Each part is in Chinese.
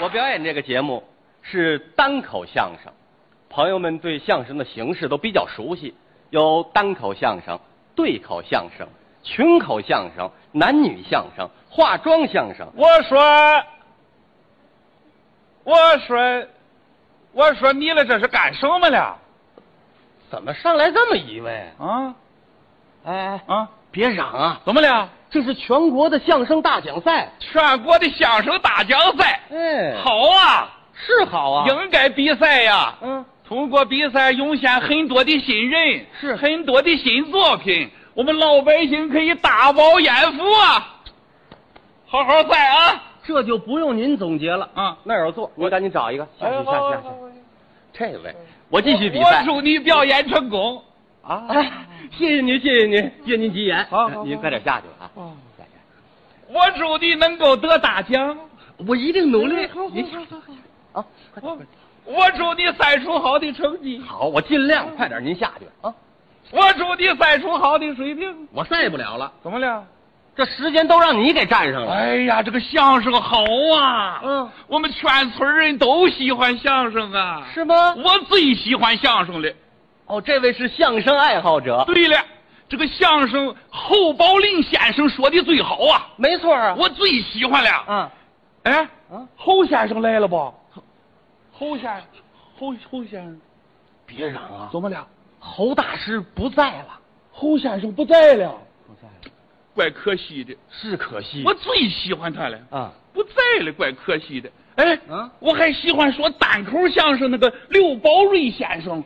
我表演这个节目是单口相声，朋友们对相声的形式都比较熟悉，有单口相声、对口相声、群口相声、男女相声、化妆相声。我说，我说，我说你了，这是干什么了？怎么上来这么一位？啊哎，啊，别嚷啊！怎么了？这是全国的相声大奖赛。全国的相声大奖赛，哎好好啊，是好啊。应该比赛呀。嗯，通过比赛涌现很多的新人，是很多的新作品，我们老百姓可以大饱眼福啊！好好赛啊！这就不用您总结了。啊，那儿有座，您赶紧找一个下去下去下去。这位，哎我继续比我赛。祝你表演成功。啊，谢谢您，谢谢您，借您吉言。好好好您快点下去吧啊！我祝你能够得大奖，我一定努力。您下好好好，啊，快点，快点我祝你赛出好的成绩，好，我尽量快点，您下去啊！我祝你赛出好的水平。我赛不了了，怎么了？这时间都让你给占上了。哎呀，这个相声好啊！嗯，我们全村人都喜欢相声啊。是吗？我最喜欢相声了。哦，这位是相声爱好者，对了，这个相声侯宝林先生说的最好啊，没错啊。我最喜欢了。啊，哎嗯，侯先生来了吧？侯先，侯侯先生，别嚷啊！怎么了？侯大师不在了，侯先生不在了，不在了，怪可惜的。是可惜我最喜欢他了，啊。不在了，怪可惜的。哎，嗯我还喜欢说单口相声那个刘宝瑞先生，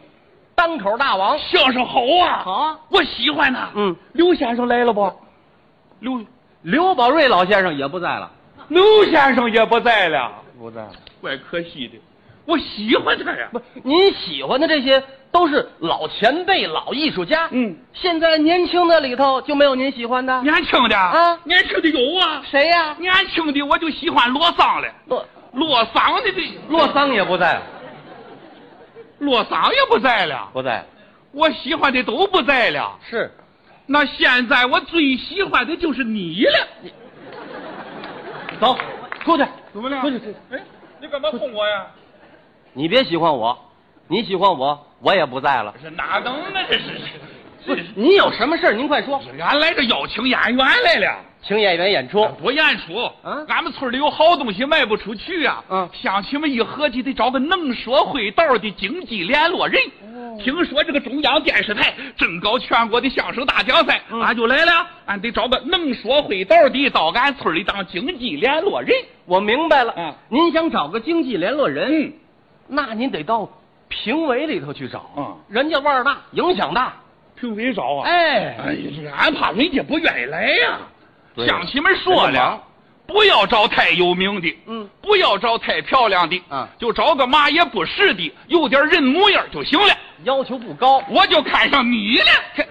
单口大王，相声好啊，好啊我喜欢他。嗯，刘先生来了不？刘刘宝瑞老先生也不在了，刘先生也不在了，不在了。怪可惜的。我喜欢他呀，不，您喜欢的这些都是老前辈、老艺术家。嗯，现在年轻的里头就没有您喜欢的。年轻的啊年轻的有啊，谁呀、年轻的我就喜欢洛桑了，洛洛桑的这洛桑也不在了，洛桑也不在了，不在了。我喜欢的都不在了。是，那现在我最喜欢的就是你了。走，出去。怎么了？出去，出去。哎，你干嘛碰我呀？你别喜欢我，你喜欢我，我也不在了这。是哪能呢？这是不这是是，您有什么事儿您快说。俺来这邀请演员来了。请演员演出。不演出，啊俺们村里有好东西卖不出去啊。嗯乡亲们一合计，得找个能说会道的经济联络人。听说这个中央电视台正搞全国的相声大奖赛，俺就来了。俺得找个能说会道的到俺村里当经济联络人。我明白了。啊您想找个经济联络人，嗯，那您得到评委里头去找。嗯人家腕儿大，影响大。评委找啊哎，哎呀，这个俺怕人家不愿意来呀、对乡亲们说人家了忙，不要找太有名的，嗯，不要找太漂亮的，啊就找个嘛也不是的，有点人模样就行了。要求不高。我就看上你了，这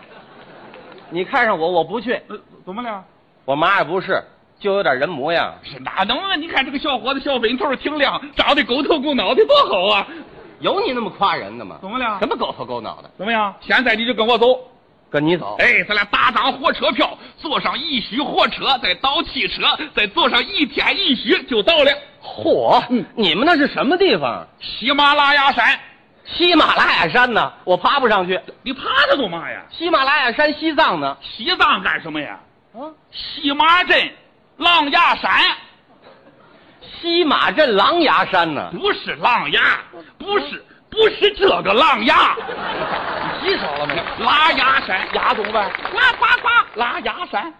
你看上我，我不去。呃怎么了？我嘛也不是，就有点人模样。是哪能啊？你看这个小伙子小粉头挺亮，长得狗头狗脑的多好啊！有你那么夸人的吗？怎么了什么狗头狗脑的？怎么样？现在你就跟我走。跟你走。哎，咱俩搭张火车票，坐上一宿火车，再倒汽车，再坐上一天一宿就到了嚯、嗯你们那是什么地方？喜马拉雅山。喜马拉雅山呢？我爬不上去。你怕他干嘛呀？喜马拉雅山西藏呢？西藏干什么呀？啊，西马镇、狼牙山西马镇狼牙山呢？不是狼牙，嗯不是不是这个狼牙，洗手了没？拉牙山，牙懂呗？呱呱呱，拉牙山。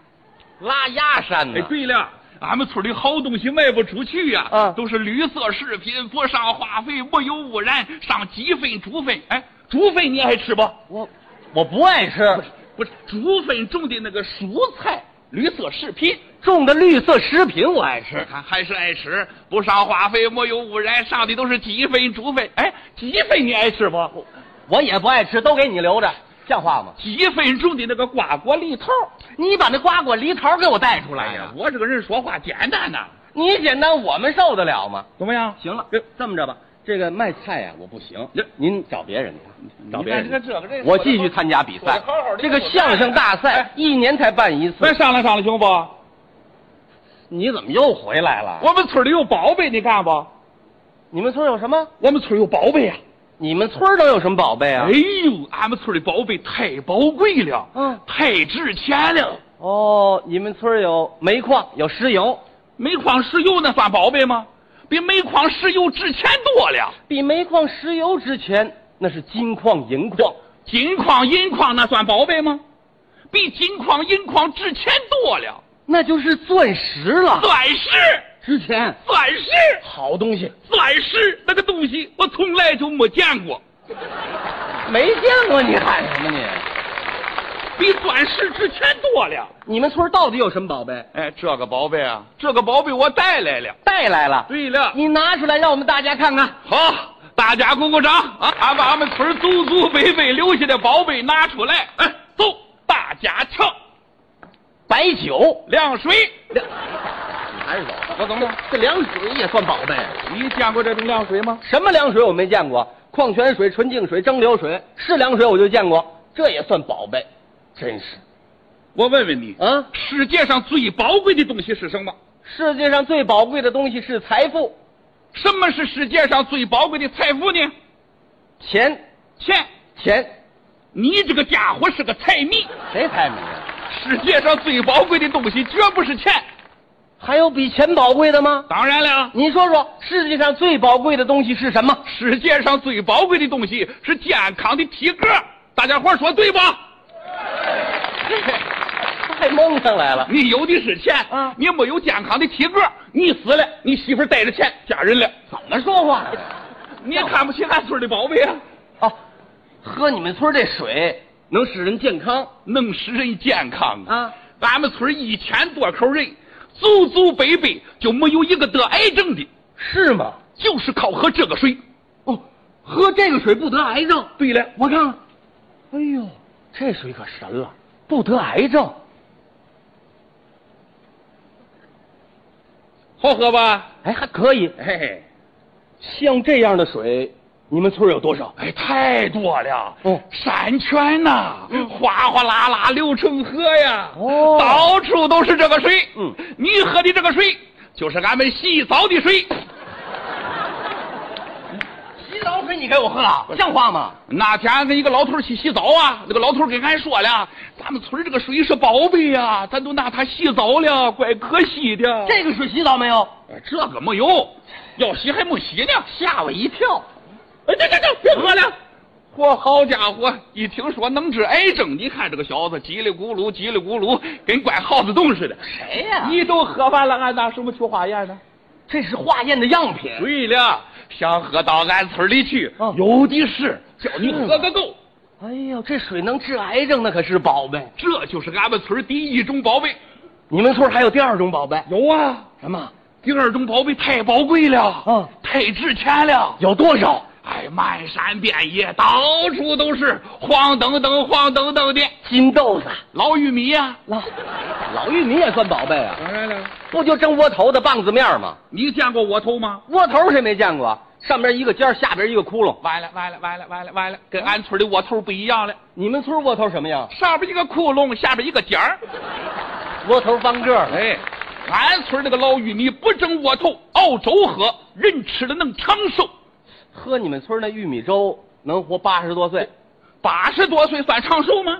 拉鸭山呢？哎，对了。俺们村里好东西卖不出去呀、嗯都是绿色食品，不上化肥，没有污染，上鸡粪、猪粪。哎，猪粪你爱吃不？我我不爱吃，不是，猪粪种的那个蔬菜，绿色食品。种的绿色食品我爱吃。看还是爱吃，不上化肥，没有污染，上的都是鸡粪、猪粪。哎，鸡粪你爱吃不？我也不爱吃，都给你留着，像话吗？鸡粪种的那个瓜果梨桃。你把那瓜果梨桃给我带出来呀、哎呀，我这个人说话简单呐，你简单，我们受得了吗？怎么样？行了，这么着吧，这个卖菜啊呀、我不行这，您找别人去，找别人去。你看这个这个我继续参加比我赛得好好。地这个相声大赛哎一年才办一咱次，商量商量行不？你怎么又回来了？我们村里有宝贝，你干不？你们村有什么？我们村有宝贝呀、你们村儿都有什么宝贝啊哎？呦，俺们村的宝贝太宝贵了，嗯太值钱了。哦，你们村儿有煤矿，有石油，煤矿石油那算宝贝吗？比煤矿石油值钱多了。比煤矿、石油值钱，那是金矿、银矿。金矿、银矿那算宝贝吗？比金矿、银矿值钱多了。那就是钻石了，钻石，值钱，钻石，好东西，钻石那个东西我从来就没见过，没见过你喊什么你？比钻石值钱多了。你们村儿到底有什么宝贝？哎，这个宝贝啊，这个宝贝我带来了。带来了，对了， 你拿出来让我们大家看看。好，大家鼓鼓掌啊！俺把俺们村祖祖辈辈留下的宝贝拿出来。哎，走，大家唱白酒，凉水。两，你还是走。我怎么了？这凉水也算宝贝？你见过这种凉水吗？什么凉水我没见过？矿泉水、纯净水、蒸馏水是凉水我就见过，这也算宝贝，真是我问问你，啊！世界上最宝贵的东西是什么？世界上最宝贵的东西是财富，什么是世界上最宝贵的财富呢？钱，钱。钱，你这个家伙是个财迷。谁财迷啊？世界上最宝贵的东西绝不是钱。还有比钱宝贵的吗？当然了，您说说，世界上最宝贵的东西是什么？世界上最宝贵的东西是健康的体格。大家伙说对吧？太蒙上来了。 你有的是钱，啊你没有健康的体格，你死了，你媳妇儿带着钱嫁人了，怎么说话？你也看不起俺村的宝贝啊，哦，喝你们村这水能使人健康能使人健康！啊？俺们村一千多口人，祖祖辈辈就没有一个得癌症的，是吗？就是靠喝这个水。哦，喝这个水不得癌症。对了，我看看，哎呦，这水可神了，不得癌症。好喝吧？哎，还可以。哎，像这样的水，你们村儿有多少？哎，太多了。哦嗯山泉呐、哗哗啦啦流成河呀，哦到处都是这个水。嗯你喝的这个水就是俺们洗澡的水。洗澡水你给我喝了，像话吗？那天俺跟一个老头儿去洗澡啊，那个老头儿跟俺说了，咱们村儿这个水是宝贝呀、咱都拿它洗澡了，怪可惜的。这个水洗澡没有？哎这个没有，要洗还没洗呢。吓我一跳！嗯哎，这这这，别喝了！嚯，好家伙，一听说能治癌症，你看这个小子叽里咕噜叽里咕噜，跟拐耗子洞似的。谁呀你都喝完了，俺拿什么去化验呢？这是化验的样品。对了，想喝到俺村里去，嗯有的是，叫你是吗喝个够。哎呦，这水能治癌症，那可是宝贝。这就是俺们村第一种宝贝。你们村儿还有第二种宝贝？有啊，什么？第二种宝贝太宝贵了，嗯太值钱了。有多少？哎，漫山遍野，到处都是黄澄澄、黄澄澄的金豆子、老玉米呀、老老玉米也算宝贝啊。当然了，不就蒸窝头的棒子面吗？你见过窝头吗？窝头谁没见过？上边一个尖儿，下边一个窟窿。完了，完了，完了，完了，完了，跟俺村的窝头不一样了，你们村窝头什么样？上边一个窟窿，下边一个点儿。窝头方个儿。哎，俺村那个老玉米不蒸窝头，熬粥喝，人吃了能长寿。喝你们村那玉米粥能活八十多岁，八十多岁算长寿吗？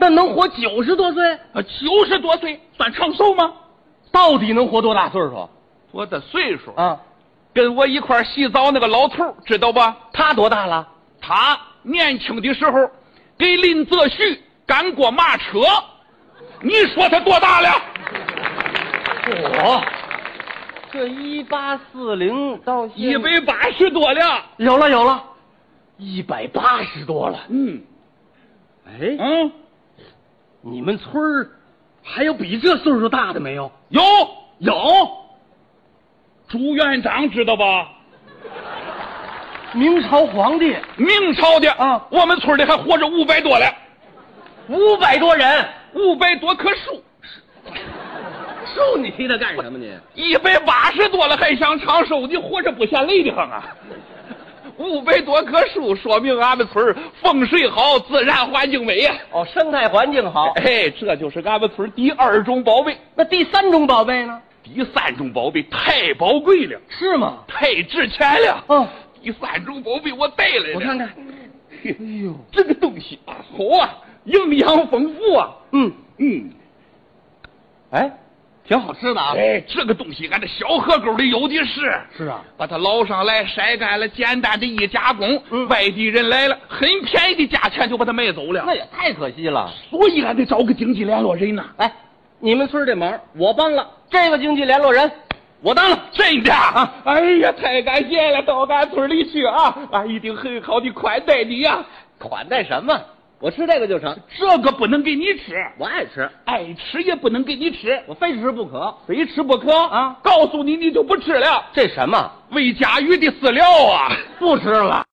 那能活九十多岁？啊，九十多岁算长寿吗？到底能活多大岁数我的岁数啊？跟我一块儿洗澡那个老头儿知道吧？他多大了？他年轻的时候给林则徐赶过马车，你说他多大了？我，这一八四零到一百八十多了。有了有了，一百八十多了。嗯哎，嗯，你们村儿还有比这岁数大的没有？有有，朱元璋知道吧？明朝皇帝明朝的啊我们村里还活着五百多了，五百多人。五百多棵树，树你提它干什么你？一百八十多了还想长寿，你活着不嫌累的慌啊？五百多棵树，说明俺们村儿风水好，自然环境美呀、哎哦，生态环境好。哎，这就是俺们村第二种宝贝。那第三种宝贝呢？第三种宝贝太宝贵了，是吗？太值钱了。哦啊，第三种宝贝我带来了，我看看，嘿哎呦，这个东西啊，好啊，营养丰富啊。嗯，嗯，哎，挺好吃的啊。哎，这个东西俺这小河沟里有的是。是啊，把它捞上来，晒干了，简单的一加工，嗯外地人来了，很便宜的价钱就把它卖走了那。也太可惜了。所以俺得找个经济联络人呐。哎，你们村儿这忙我帮了，这个经济联络人我当了。真的啊！哎呀，太感谢了，到俺村里去啊，俺一定很好的款待你呀、款待什么？我吃这个就成。这个不能给你吃，我爱吃，爱吃也不能给你吃，我非吃不可。非吃不可啊！告诉你，你就不吃了，这什么？喂甲鱼的饲料啊！不吃了。